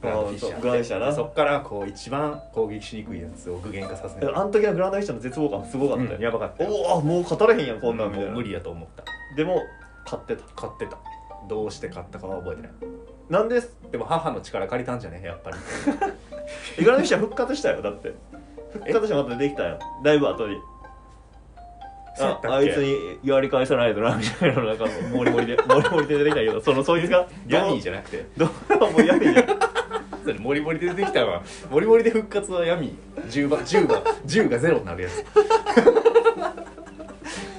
S2: あー
S1: グランドフィッシャーっ
S2: そう
S1: て
S2: グランドフィッシャーな
S1: そっからこう一番攻撃しにくいやつを具現化させ
S2: え
S1: る
S2: あの時のグランドフィッシャーの絶望感すごかったよ、
S1: うんやばかったよ
S2: おおもう語れへんやんこんなんみたい
S1: も
S2: な
S1: う無理やと思った
S2: でも買ってた
S1: 買ってたどうして買ったかは覚えてない
S2: なんです
S1: でも母の力借りたんじゃねやっぱり
S2: グランドフィッシャー復活したよだって復活者またできたよだいぶ後に
S1: そうやっ
S2: あ
S1: たっけ
S2: あいつにやり返さないとなみたいななんかモリモリでモリモリで出てきたけどそのそいつが
S1: ヤミーじ
S2: ゃ
S1: ゃなくて
S2: どうもうヤミーじゃん
S1: それモリモリで出てきたわモリモリで復活は闇10番10が10がゼロになるや [LAUGHS] つ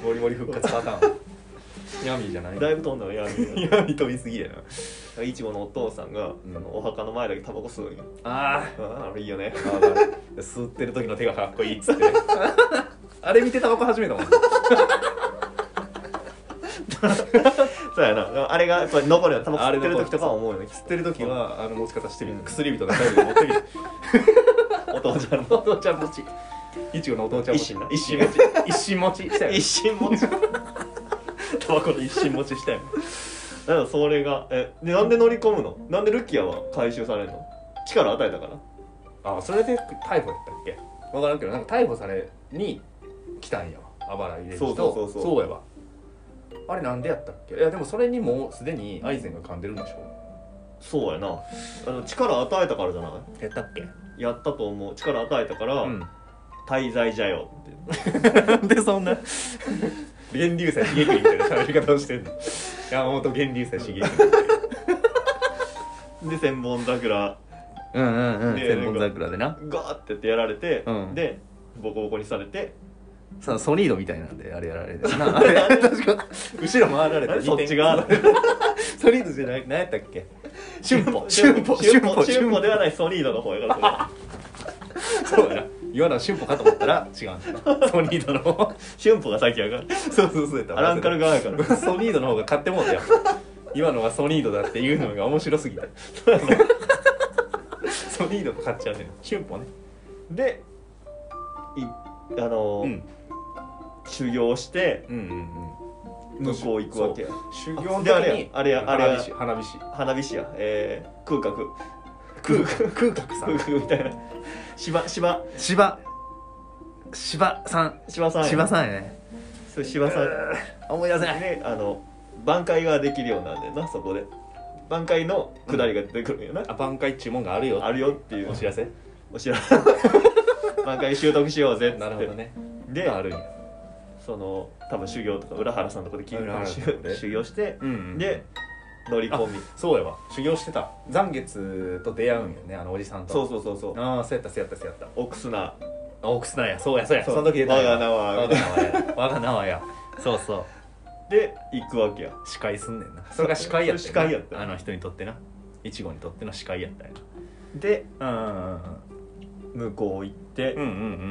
S1: モリモリ復活パターン闇じゃない
S2: だいぶ飛んだのヤミー
S1: 闇飛びすぎやな
S2: がいちごのお父さんが、
S1: ん
S2: あのお墓の前だけタバコ吸うんよ
S1: あー
S2: ああれいいよね
S1: あー吸ってる時の手がかっこいいっ [LAUGHS] つってねあれ見てタバコ始めたもん
S2: そうやなあれがやっぱり残るよタバコ吸ってる時とかは思うよね
S1: 吸ってる時はあの持ち方してみる
S2: うん
S1: 薬指と中指で持ってみる
S2: お父ちゃんの
S1: [LAUGHS] お父ちゃん持ちいちごのお父ちゃん持ち
S2: 一心な
S1: 一心持ち一心持 [LAUGHS] ちしたよね
S2: 一心持ち
S1: タバコの一心持ちしたよ
S2: だからそれがえでなんで乗り込むのなんでルキアは回収されるの力与えたから
S1: [LAUGHS] あそれで逮捕やったっけ分からんけどなんか逮捕されに来たんやわあばら入れる人
S2: そうそうそうそう
S1: やわあれなんでやったっけいやでもそれにもうすでにアイゼンが噛んでるんでしょ
S2: そうやなあの力与えたからじゃな
S1: やったっけう
S2: いやったと思う力与えたから、
S1: [LAUGHS] ん
S2: 滞在じゃよって
S1: なんでそんな源流祭刺激みたいな喋り方をしてんの山本源流祭刺激
S2: で千本桜
S1: うんうんうん千本桜でな
S2: ガーってやってやられて、
S1: うん
S2: でボコボコにされて
S1: さソニードみたいなんであれやられてなあれ確か後ろ回られ
S2: なんで
S1: て
S2: そっち側
S1: ソニードじゃない何やったっけ
S2: 春歩
S1: 春歩
S2: 春
S1: 春歩
S2: 歩春歩ではないソニードの方やから
S1: そうやな言わな進歩かと思ったら違うんだなソニードの方
S2: それ春歩が先やか
S1: [LAUGHS] そうそうそうやった
S2: らアランカル側やから
S1: ソニードの方が買ってもうたやん今のはソニードだっていうのが面白すぎてソニードも買っちゃうねん進歩ね
S2: でいあのー
S1: うん
S2: 修行して
S1: うんうんうん
S2: 向こう行くわけや
S1: 修行の
S2: であ
S1: 時
S2: れや
S1: に
S2: あれやあれや
S1: 花火師花火師
S2: 花火師や、えー、空角
S1: 空空角さ
S2: 空
S1: ん
S2: 角みたいな芝芝
S1: 芝芝さん
S2: 芝さんや
S1: 芝さんやね
S2: そう芝さん
S1: 思い出せない
S2: であの挽回ができるようになんだよなそこで挽回の下りが出てくるんよな、
S1: あ挽回注文があるよ
S2: あるよっていう
S1: お知らせ
S2: お知らせ [LAUGHS] 挽回習得しようぜっつって
S1: なるほどね
S2: で
S1: あるんや
S2: その多分修行とか浦原さんのとこで聞
S1: 浦原さん
S2: い
S1: のとこで
S2: て [LAUGHS] 修行して、
S1: うんうん
S2: で乗り込み
S1: そうやわ修行してた残月と出会うんよねあのおじさんと
S2: そうそうそうそう
S1: ああそうやったそうやったそうやった
S2: 奥砂
S1: あ奥砂やそうやそうや
S2: そ
S1: そうの時出たんや
S2: 我が名は
S1: 我が名はや我が名はやそうそう
S2: で行くわけや
S1: 司会すんねんなそれが司会やった
S2: それ司会やった
S1: あの人にとってないちごにとっての司会やったんや
S2: で
S1: な
S2: 向こう行って
S1: うんうんうん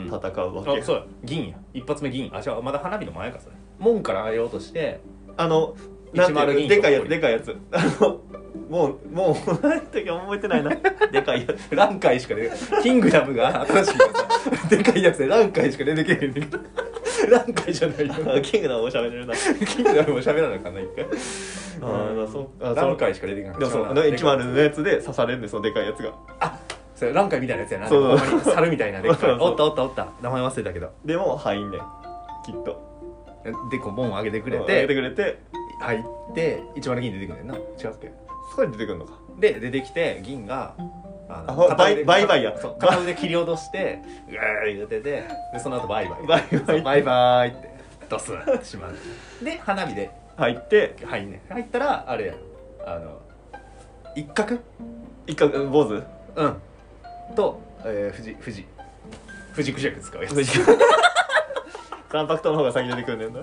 S1: うんうん
S2: 戦うわけ、
S1: あそうや銀や一発目銀あじゃあまだ花火の前かそれ門から上げようとして
S2: あの、なんていう
S1: 102
S2: のでかいや
S1: こ
S2: つ、
S1: こ
S2: でかいやつ。あの、もう、もう、何時か覚えてない [LAUGHS] な。でかいやつ。
S1: ランカイしか出てキングダムが新しいからさでかいやつでランカイしか出てけへんねんけどランカイじゃないよ
S2: あキングダムおしゃべれるな。
S1: キングダムも喋らなあかんない一回
S2: ああ、そう、あ
S1: ランカイしか出てけな
S2: でもそう、あの102のやつで刺されんで、そのでかいやつが。
S1: それランカイみたいなやつやな
S2: そうそう
S1: ほんまに猿みたいなでっかい
S2: そうそう
S1: おったおったおった名前忘れたけど
S2: でも、入んねん。きっと。
S1: でこうボンを上げてくれ
S2: うん上げて
S1: て
S2: くれて、
S1: 入って一番の銀出てくるんだよな違うっけ
S2: そこに出てくるのか。
S1: で出てきて銀があ
S2: あほ
S1: 片腕で
S2: バイバイや
S1: そう片腕切り落としてうわー言うててでその後バイバイ
S2: バイバイ
S1: そうバイバイってドスンってしまうで花火で
S2: 入って、
S1: 入んねん入ったらあれやあの一角
S2: 一回、うん坊主 [LAUGHS]
S1: うんと、えー、富士富士富士クジャク使うやつ
S2: 富士三白塔の方が先に出てくるねんな。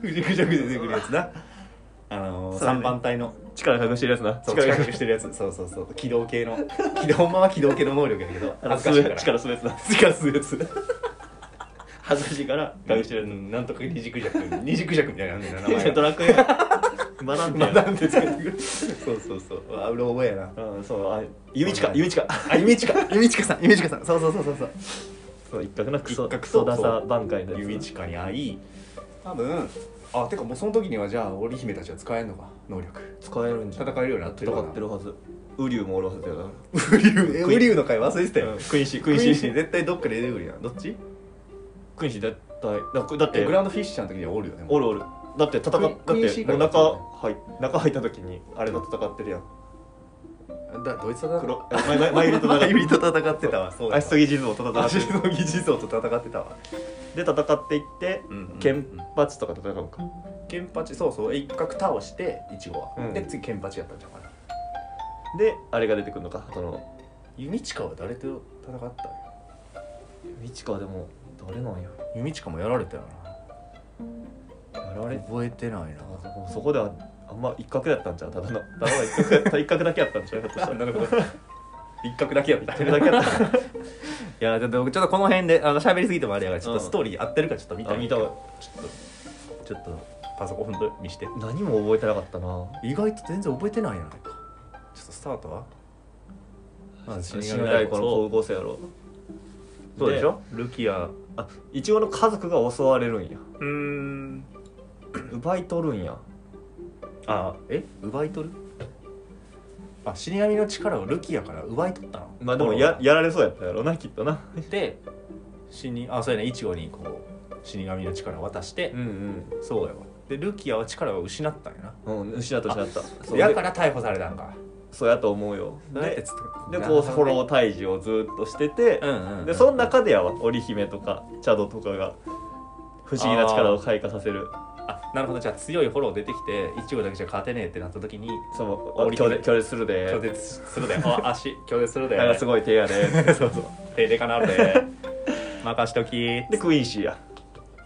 S1: 富士クジャクで出てくるやつなあのー、
S2: そうだね
S1: 三番隊の
S2: 力隠してるやつな。
S1: そう近
S2: 隠
S1: くしてるやつそうそうそう機動系の機動まは機動系の能力やけど
S2: [LAUGHS] あの
S1: 恥ずかしいか
S2: 吸う力する
S1: ら
S2: やつな。
S1: 力するやつ
S2: 恥ずかしいから、隠してる
S1: う
S2: や
S1: んなんとか二軸弱二軸弱みたいなのあんねんな
S2: [LAUGHS]
S1: 名前
S2: つ。ド
S1: が
S2: ラクエ。 [LAUGHS] 学んで
S1: [LAUGHS] ま
S2: や
S1: だんでつけてくるそうそうそうあうろ覚えやな
S2: うん、そう、あ、弓近、弓近。
S1: あゆみちかゆみちかさんゆみちかさんそうそうそうそうそう
S2: そう一角のクソ
S1: 一角
S2: クソダサ挽回の
S1: ユ
S2: や
S1: イ
S2: つ
S1: チカに会い多分あてかもうその時にはじゃあ織姫たちは使えるのか能力
S2: 使えるんじゃん
S1: 戦えるようになって
S2: 戦
S1: るかな
S2: ってるはずウリュウもおるはずだよ
S1: ウリュウえウリュウの回忘れてたよ、
S2: クインシーク
S1: ク
S2: イ
S1: イ
S2: ン
S1: ー
S2: シ
S1: ンシ
S2: ー
S1: ー絶対どっかで出てくるやんどっち
S2: クインシー絶対だだって
S1: えグランドフィッシャーの時にはおるよねもう
S2: おるおるだって戦っだっ
S1: クイーンシ
S2: て
S1: ーが
S2: もう中入っ中入った時にあれと戦ってるやん
S1: だドイツと戦っ
S2: 黒マイ
S1: [LAUGHS]
S2: マイマイルと
S1: マ
S2: 戦
S1: イ
S2: っ
S1: ユリと戦ってたわそう
S2: て
S1: だ
S2: アシソギジズムを戦
S1: ア
S2: っ
S1: シ
S2: て
S1: ノギ地蔵と戦ってたわ
S2: で戦っていって剣チとかと戦うか
S1: ケンパチそうそう一角倒してイチゴは、
S2: うん
S1: で次ケンパチやったんちゃうかな
S2: であれが出てくるのかその
S1: ユミチカは誰と戦ったんや
S2: ミチカはでも誰なんや
S1: ユミチカもやられたよ
S2: やら
S1: な
S2: れ
S1: 覚えてないな
S2: あそこそこではあんま一角だったんちゃうただのただの一角やった一角だけやったんちゃうひょっとしたら
S1: なるほど一角だけやった
S2: それだけやった
S1: いやちょっとちょっとこの辺であの喋りすぎてもあれやからちょっとストーリー合ってるかちょっと見た
S2: あ見た
S1: ちょっとちょっとパソコンで見して
S2: 何も覚えてなかったな
S1: 意外と全然覚えてないやないかちょっとスタートはまあ
S2: 死神大子の高校生やろ
S1: そうでしょルキア
S2: あ一応の家族が襲われるんや
S1: うーん
S2: 奪い取るんや
S1: あえ奪い取るあ死神の力をルキアから奪い取ったの
S2: まあでもややられそうやったやろなきっとな
S1: で死にあそうやねイチゴにこう死神の力を渡して
S2: う、ん
S1: そうやわでルキアは力を失ったんや
S2: う
S1: な
S2: んうん失った失ったそう
S1: や
S2: で
S1: から逮捕されたんか
S2: そうやと思うよ
S1: そうやって
S2: で
S1: つっ
S2: で
S1: な
S2: こうフォロー退治をずっとしてて
S1: うんうんうん、
S2: でその中でやわ織姫とかチャドとかが不思議な力を開花させる
S1: あなるほどじゃあ強いフォロー出てきてイチゴだけじゃ勝てねえってなった時に
S2: その
S1: 織姫
S2: 拒絶拒絶するで
S1: 拒絶するであ足拒絶するで
S2: なんかすごい手やで
S1: [LAUGHS]
S2: そうそう
S1: 手でかなるで任しとき
S2: でクインシーや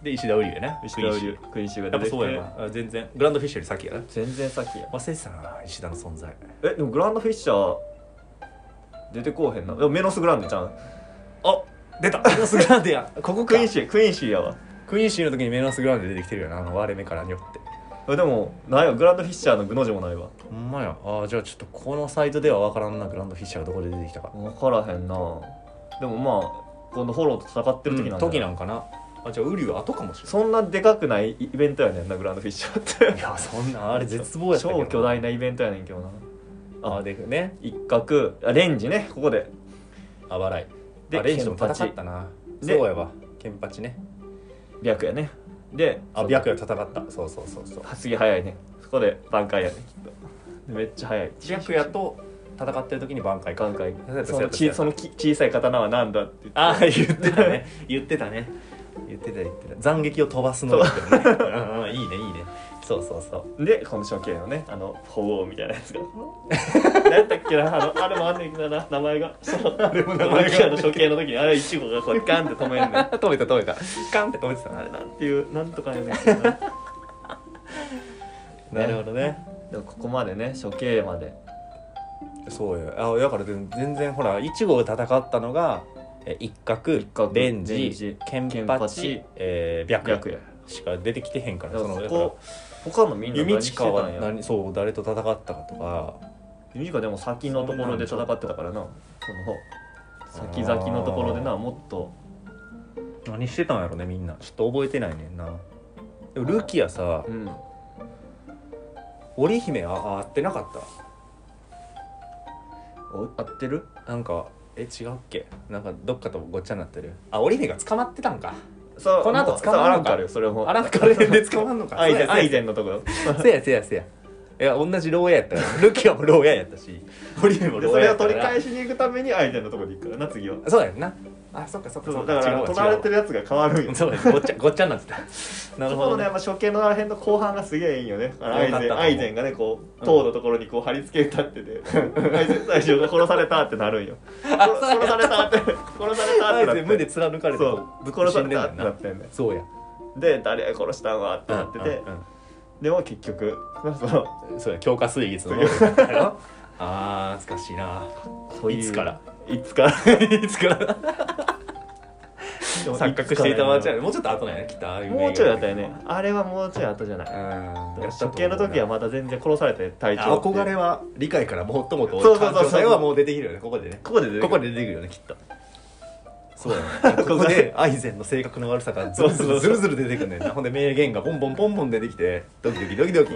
S1: で石田瓜生ね
S2: 石田織
S1: 生
S2: クインシーが
S1: や
S2: 出
S1: って
S2: き
S1: ぱ
S2: て
S1: そうやなあ全然グランドフィッシュより先やな
S2: 全然先や
S1: 忘れてたな石田の存在
S2: えでもグランドフィッシャー出てこうへんなでもメノスグランデちゃん
S1: あ出たメ [LAUGHS] ノスグランデやここ
S2: ク
S1: ク
S2: イ
S1: イー
S2: ン
S1: ンシー
S2: シークインシーやわ
S1: クイーンシーの時にメノスグランデ出てきてるよなあの割れ目からによって
S2: えでもないわグランドフィッシャーの具の字もないわ
S1: ほんまやあじゃあちょっとこのサイトでは分からんなグランドフィッシャーがどこで出てきたか
S2: 分からへんなでもまあこのフォローと戦ってる時なんだ、
S1: 時なんかなあじゃあ瓜生後かもしれない
S2: そんなでかくないイベントやねんなグランドフィッシャーって
S1: いやそんなあれ絶望やったけど
S2: 超巨大なイベントやねんけどな
S1: [LAUGHS] あでね
S2: 一角あレンジねここで
S1: あばらい
S2: で
S1: あレンジとも
S2: ケンパチ
S1: 戦ったなそう
S2: で
S1: やわケンパチね
S2: 白やねで
S1: あ白夜戦ったそうそうそうそう
S2: 次早いねそこで挽回やねんきっとでめっちゃ早い
S1: 白夜と戦ってる時に挽回か
S2: 挽回
S1: そ
S2: そう
S1: や
S2: の
S1: ったそうや
S2: ち
S1: った
S2: そのき小さい刀は何だって言って
S1: ああ言ってたね言ってたね言ってた言ってた斬撃を飛ばすの力ねうん [LAUGHS] うんいいねいいねそうそうそう
S2: でこの処刑のねあの鳳凰みたいなやつが何やったっけなあのあれもあんねんけどな名前がそうあ
S1: れも名前が
S2: の処刑の時にあれイチゴがこうやってガンって止めんねん
S1: 止めた止めたカンって止めてた
S2: あ
S1: な
S2: れなんていうなんとかやねんけどな
S1: なるほどね
S2: でもここまでね処刑まで
S1: そうやあだから全全然ほら1号戦ったのがえ一角
S2: 角
S1: レンジ
S2: レンジ
S1: ケンパチ
S2: ケンパチ
S1: えー白
S2: 白
S1: 夜
S2: 夜
S1: しか出てきてへんから
S2: だか
S1: そ
S2: ら
S1: の
S2: そ
S1: だから
S2: こ他のみんな
S1: 弓
S2: 何して
S1: 近
S2: た
S1: は
S2: んや
S1: 何そう誰と戦ったかとか
S2: 弓近でも先のところで戦ってたからなその先々のところでなもっと
S1: 何してたんやろねみんなちょっと覚えてないねんなでもルキアさ
S2: うん
S1: 織姫ああ会ってなかった
S2: お合ってる
S1: なんかえ違うっけなんかどっかとごっちゃになってるあ織姫が捕まってたんか
S2: そう
S1: この後
S2: もう
S1: 捕まん
S2: そう
S1: のか
S2: アランカルよそれも
S1: あらカレーで捕まんのか [LAUGHS]
S2: アイゼンアイ
S1: ゼ
S2: ゼンのとこよ
S1: [LAUGHS] せやせやせやいや同じ牢屋やったよルキアも牢屋やったし織姫も
S2: で
S1: 牢
S2: そ
S1: 屋
S2: れ
S1: や
S2: を
S1: った
S2: 取
S1: か
S2: り
S1: ら
S2: 返しに行くためにアイデンのところに行くからな次は
S1: そうやんなあそっかそっか
S2: そ
S1: そうっ
S2: だから取られて
S1: る
S2: るやつが変わるんよ
S1: そうやごっちゃご [LAUGHS] っちゃになってたなる
S2: そ
S1: ほ
S2: こ
S1: ど
S2: のね、
S1: ね
S2: まあ、初見のあの辺の後半がすげえいいんよねあのアイ
S1: よかっ
S2: ゼ
S1: た
S2: ン
S1: と思う
S2: アイゼンがねこう塔のところにこう貼り付け立って
S1: [LAUGHS]
S2: て、アイゼン最初が殺されたってなるんよ殺殺されたって殺されたってな
S1: あ
S2: っ
S1: い
S2: て
S1: つ胸貫かれて
S2: そ
S1: こ
S2: うぶっ殺さ
S1: 死ん
S2: れ
S1: で
S2: たっ
S1: んねん
S2: て
S1: な
S2: なってんね
S1: そうや
S2: で誰が殺したんわってなってて、
S1: うんうん
S2: でも結局その
S1: うんそうや強化水月の
S2: そう
S1: あー懐かしいな
S2: そういう
S1: いつ
S2: [LAUGHS]
S1: から
S2: いつから
S1: いつから [LAUGHS] 錯覚していたまちゃうもうちょっと後なんやねきっとああい
S2: もうちょいだったよ
S1: ね
S2: ねあれはもうちょい後じゃない
S1: うん
S2: 初見の時はまだ全然殺されて隊長っていう
S1: 憧れは理解からもっともっと
S2: そうそうそうそう
S1: 感情性はもう出てきるよねここでね
S2: ここで出てくる
S1: ここで出てくるよねきっとそうだ [LAUGHS] ねここでアイゼンの性格の悪さがズルズルズルズル出てくんねんなほんで名言がポンポンポンポン出てきてドキドキドキドキ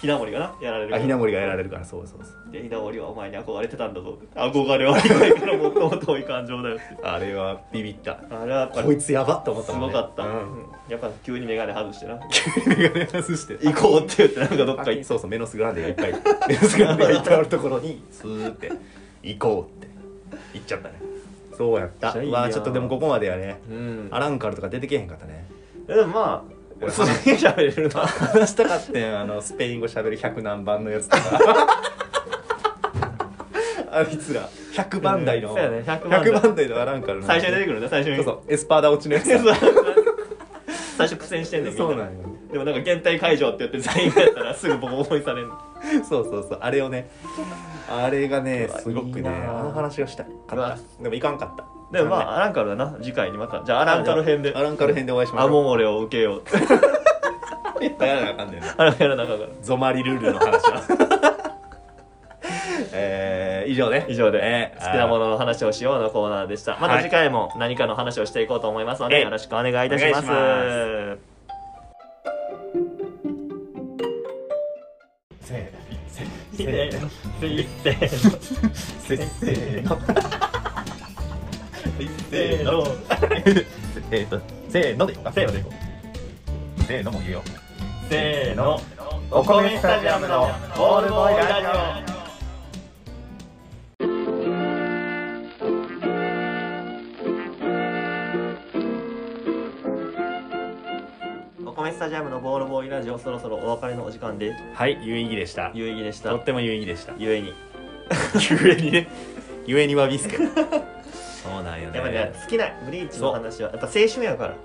S2: ひなもりがなやられる
S1: あひなもりがやられるからそうそうそう
S2: でひなもりはお前に憧れてたんだぞ憧れはいないから最も遠い感情だよって
S1: あれはビビった
S2: あれはやっぱ
S1: こい
S2: り
S1: つやばって思った
S2: す
S1: もん、
S2: ご
S1: ね、
S2: かった、
S1: うん
S2: やっぱ急に眼鏡外
S1: [LAUGHS]
S2: してな
S1: 眼鏡外して
S2: 行こうって言ってなんかどっか行っ
S1: そうそうメノスグランデがいっぱいメノスグランデがいっぱいあるところにスーって行こうって行っちゃったねそうやっ
S2: めっ
S1: た
S2: ちゃいいやん
S1: まあちょっとでもここまでやね
S2: うん
S1: アランカルとか出てけへんかったね
S2: えでもまあ俺それだけ喋れるな
S1: 話したかってんあのスペイン語しゃべる100何番のやつとか [LAUGHS] あいつら100番台の
S2: そうやね100
S1: 100番台のアランカルの
S2: 最初に出てくるんだ最初に
S1: そうそうエスパーダ落ちのやつ
S2: 最初苦戦してんねんみんな
S1: そうなんよ
S2: でもなんか減退解除って言って全員がやったらすぐボコボコにされんの
S1: そうそうそうあれをねあれがね
S2: うわ
S1: すごく
S2: いい
S1: ね
S2: なあ
S1: あの話がしたか
S2: うわ
S1: ったでもいかんかった
S2: でもまあアランカルだな次回にまたじゃあアランカル編で
S1: アランカル編でお会いしま
S2: ア
S1: しょう
S2: モモレを受けようって
S1: やったらなあかんねんな
S2: アランカルの中から
S1: ゾマリルールの話
S2: [LAUGHS]
S1: はえー、以上ね
S2: 以上で、
S1: えー
S2: 好きなものの話をしようのコーナーでしたまた
S1: はい
S2: 次回も何かの話をしていこうと思いますので、
S1: ええ
S2: よろしくお願いいたします
S1: お願
S2: せーのせーの
S1: せーの
S2: せーの
S1: えーとせーのでいこうかせーのでいこうせーのも言うよ
S2: せーの
S1: お
S2: 米スタジアムのオールボーイラジオお米スタジアムのボールボーイラジオそろそろお別れのお時間で
S1: はい有意義でした
S2: 有意義でした
S1: とっても有意義
S2: [LAUGHS]
S1: でした
S2: ゆえに
S1: ゆえにねゆえにわびす
S2: [LAUGHS]
S1: けどそうなんよね
S2: やっぱね好きなブリーチの話はやっぱ青春やから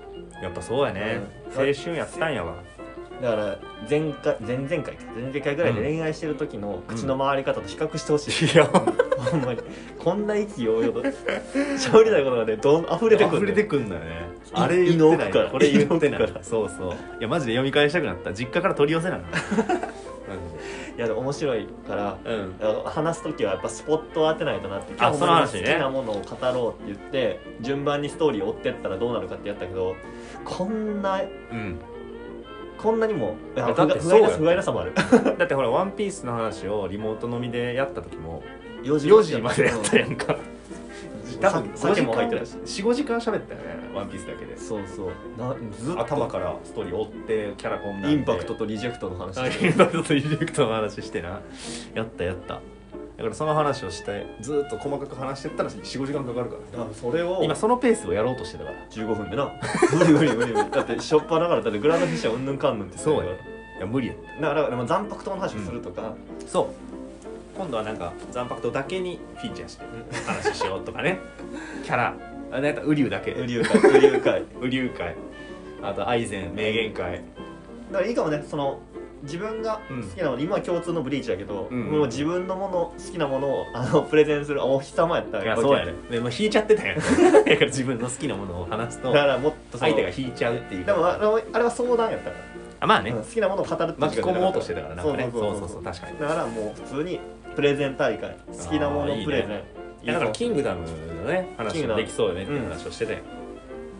S1: やっぱそうやね、
S2: うん
S1: 青春やったんやわ
S2: だから前回前々回か前々回ぐらいで恋愛してる時の口の回り方と比較してほしい、
S1: いや
S2: [LAUGHS] ほんまにこんな意気揚々と [LAUGHS] 喋りたいことがねどん溢れてくる
S1: 溢れて
S2: く
S1: くんだよね
S2: い
S1: あれ言っ
S2: 胃
S1: てな
S2: の
S1: い
S2: 奥から
S1: これ言って
S2: 胃の
S1: な
S2: 奥か
S1: いそうそういやマジで読み返したくなった実家から取り寄せなの
S2: [LAUGHS]
S1: マジ
S2: いやでも面白いから
S1: でうん
S2: あの話す時はやっぱスポットを当てないとなって
S1: あ
S2: 基本的に
S1: その話ね
S2: 好きなものを語ろうって言って順番にストーリーを追ってったらどうなるかってやったけどこんな
S1: うん
S2: こんなにもいや
S1: だ
S2: 不
S1: って
S2: 甲
S1: そうよ
S2: 不甲斐なさもある
S1: だってほら「ワンピースの話をリモート飲みでやった時も
S2: 4
S1: 4時までやったやんか多分
S2: 酒も入ってるし
S1: 45時間喋ったよね「ワンピースだけで
S2: そうそうなずっと
S1: 頭からストーリー追ってキャラこんなんで
S2: インパクトとリジェクトの話
S1: あインパクトとイジェクトの話してなやったやっただからその話をしてずっと細かく話してったら45時間かかるから
S2: あそれを
S1: 今そのペースをやろうとしてたから
S2: 15分でな無理無理無理無理だってしょっぱなからだってグランドフィッシャーうんぬんかんぬんって
S1: そうやいや無理や
S2: だからでも残白糖の話をするとか、
S1: そう今度はなんか残白とだけにフィーチャーして話しようとかね [LAUGHS] キャラあなんかウリュウだけ
S2: うりゅうかいうりゅうかい
S1: ウリュウ会あとアイゼン名言会
S2: だからいいかもねその自分が好きなもの、今は共通のブリーチだけど、
S1: うん
S2: もう自分のもの好きなものをあのプレゼンするあお日様やったら
S1: いやそうやねでもう引いちゃってた [LAUGHS] やんだから自分の好きなものを話す
S2: だ
S1: と
S2: からもっとその
S1: 相手が引いちゃうっていう
S2: でもあのあれは相談やったか
S1: あまあ
S2: ら、
S1: ね
S2: うん好きなものを語るっていう
S1: 巻き込もうとしてたからなんかね
S2: そうそうそう
S1: そう確かに
S2: だからもう普通にプレゼン大会好きなもの
S1: あーいいね
S2: プレゼンい
S1: いやだからキングダムのね
S2: キング
S1: 話
S2: ダ
S1: も
S2: ム
S1: できそうよねって
S2: うん
S1: 話をしてたや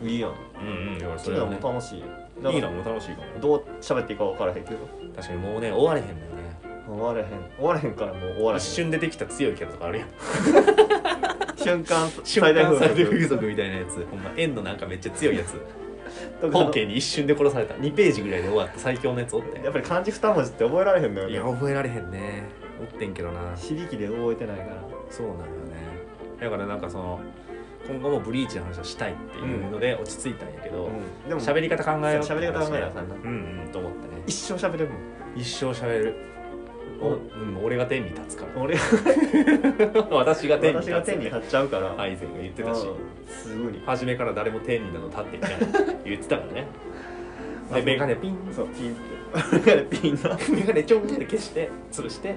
S1: ん
S2: いいやん
S1: うんうんだから
S2: キ
S1: そ
S2: ング
S1: れ
S2: ダ
S1: は
S2: ム
S1: ね
S2: も楽しいよだから
S1: いいのも楽しいかもね
S2: どう喋っていいか分からへんけど
S1: 確かにもうね終われへんのよね
S2: 終われへん終われへんからもう終わらへん
S1: 一瞬出てきた強いキャラとかあるやん
S2: 瞬間
S1: [LAUGHS] 最
S2: 最
S1: 大
S2: 大
S1: 風
S2: 風
S1: 風
S2: 速
S1: 俗みたいなやつほんま円のなんかめっちゃ強いや [LAUGHS] つ
S2: とか
S1: 本家に一瞬で殺された2ページぐらいで終わった最強のやつおって
S2: やっぱり漢字二文字って覚えられへんのよ
S1: い
S2: ね
S1: や覚えられへんねおってんけどな
S2: 響きで覚えてないから
S1: そうなんよねだからなんかその今後もブリーチの話をしたいっていうので落ち着いたんやけど
S2: でも
S1: 喋、り方考えよう
S2: そう喋り方考えなあかんな
S1: うんうんと思ったね
S2: 一生喋れるもん
S1: 一生喋るお、うん、俺が天に立つか
S2: 俺
S1: ら [LAUGHS] 私が天に
S2: 私
S1: 立つ
S2: が天に立っちゃうから
S1: ア
S2: い
S1: イゼンが言ってたし
S2: すぐに
S1: 初めから誰も天になど立っていない言っ
S2: [LAUGHS]
S1: てたからねでメガネピン
S2: そうピンってピンな
S1: メガネちょんって消して潰して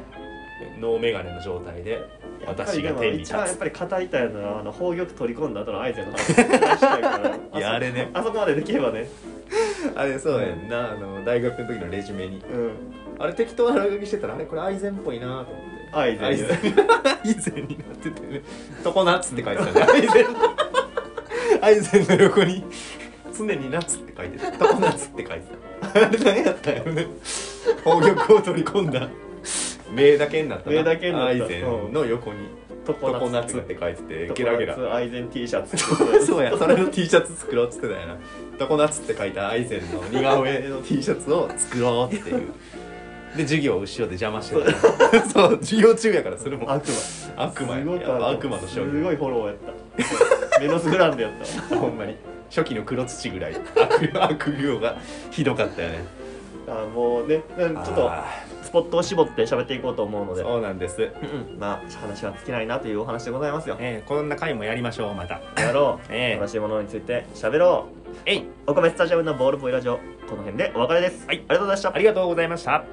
S1: ノーメガネの状態で [LAUGHS] 私が天に立
S2: 一番やっ
S1: つ
S2: ぱり語りたいのはあの宝玉取り込んだ後のアイゼンの話したいから
S1: いやあれね
S2: あそこまでできればね
S1: あれそうやんなあの大学の時のレジュメ
S2: う
S1: に
S2: ん
S1: あれ適当な落書きしてたらあれこれアイゼンっぽいなと思って
S2: アイゼン
S1: アイゼンアイゼンになっててね「常夏」って書いてたねアイゼンアイゼンの横に常に夏って書いてた常夏って書いてたあれ何やったんやろね宝玉を取り込んだ [LAUGHS] 名だけになったな
S2: 名だけになった
S1: アイゼンの横に常夏って書いててゲラゲラ
S2: 常夏アイゼン T シ
S1: [LAUGHS]
S2: ャツ
S1: そうやそれの T シャツ作ろうっつってたんやな常夏って書いたアイゼンの似顔絵の T シャツを作ろうっていうで授業を後ろで邪魔して
S2: [LAUGHS]
S1: たそう授業中やからそれも
S2: 悪魔
S1: 悪魔や
S2: すごい
S1: やっぱ悪魔の将
S2: す
S1: 棋
S2: ごいフォローやったメノスグランデやった
S1: ほんまに初期の黒土ぐらい悪 [LAUGHS] 悪行がひどかったよね
S2: あもうねうんちょっと
S1: あ
S2: スポットを絞って喋っていこうと思うの
S1: ー
S2: で
S1: そうなんです、
S2: うんまあ話は尽きないなというお話でございますよ
S1: えー、こんな回もやりましょうまた
S2: やろう、
S1: ええ
S2: 楽しいものについて喋ろう
S1: えい
S2: お米スタジアムのボールボーイラジオこの辺でお別れです、
S1: はい
S2: ありがとうございました
S1: ありがとうございました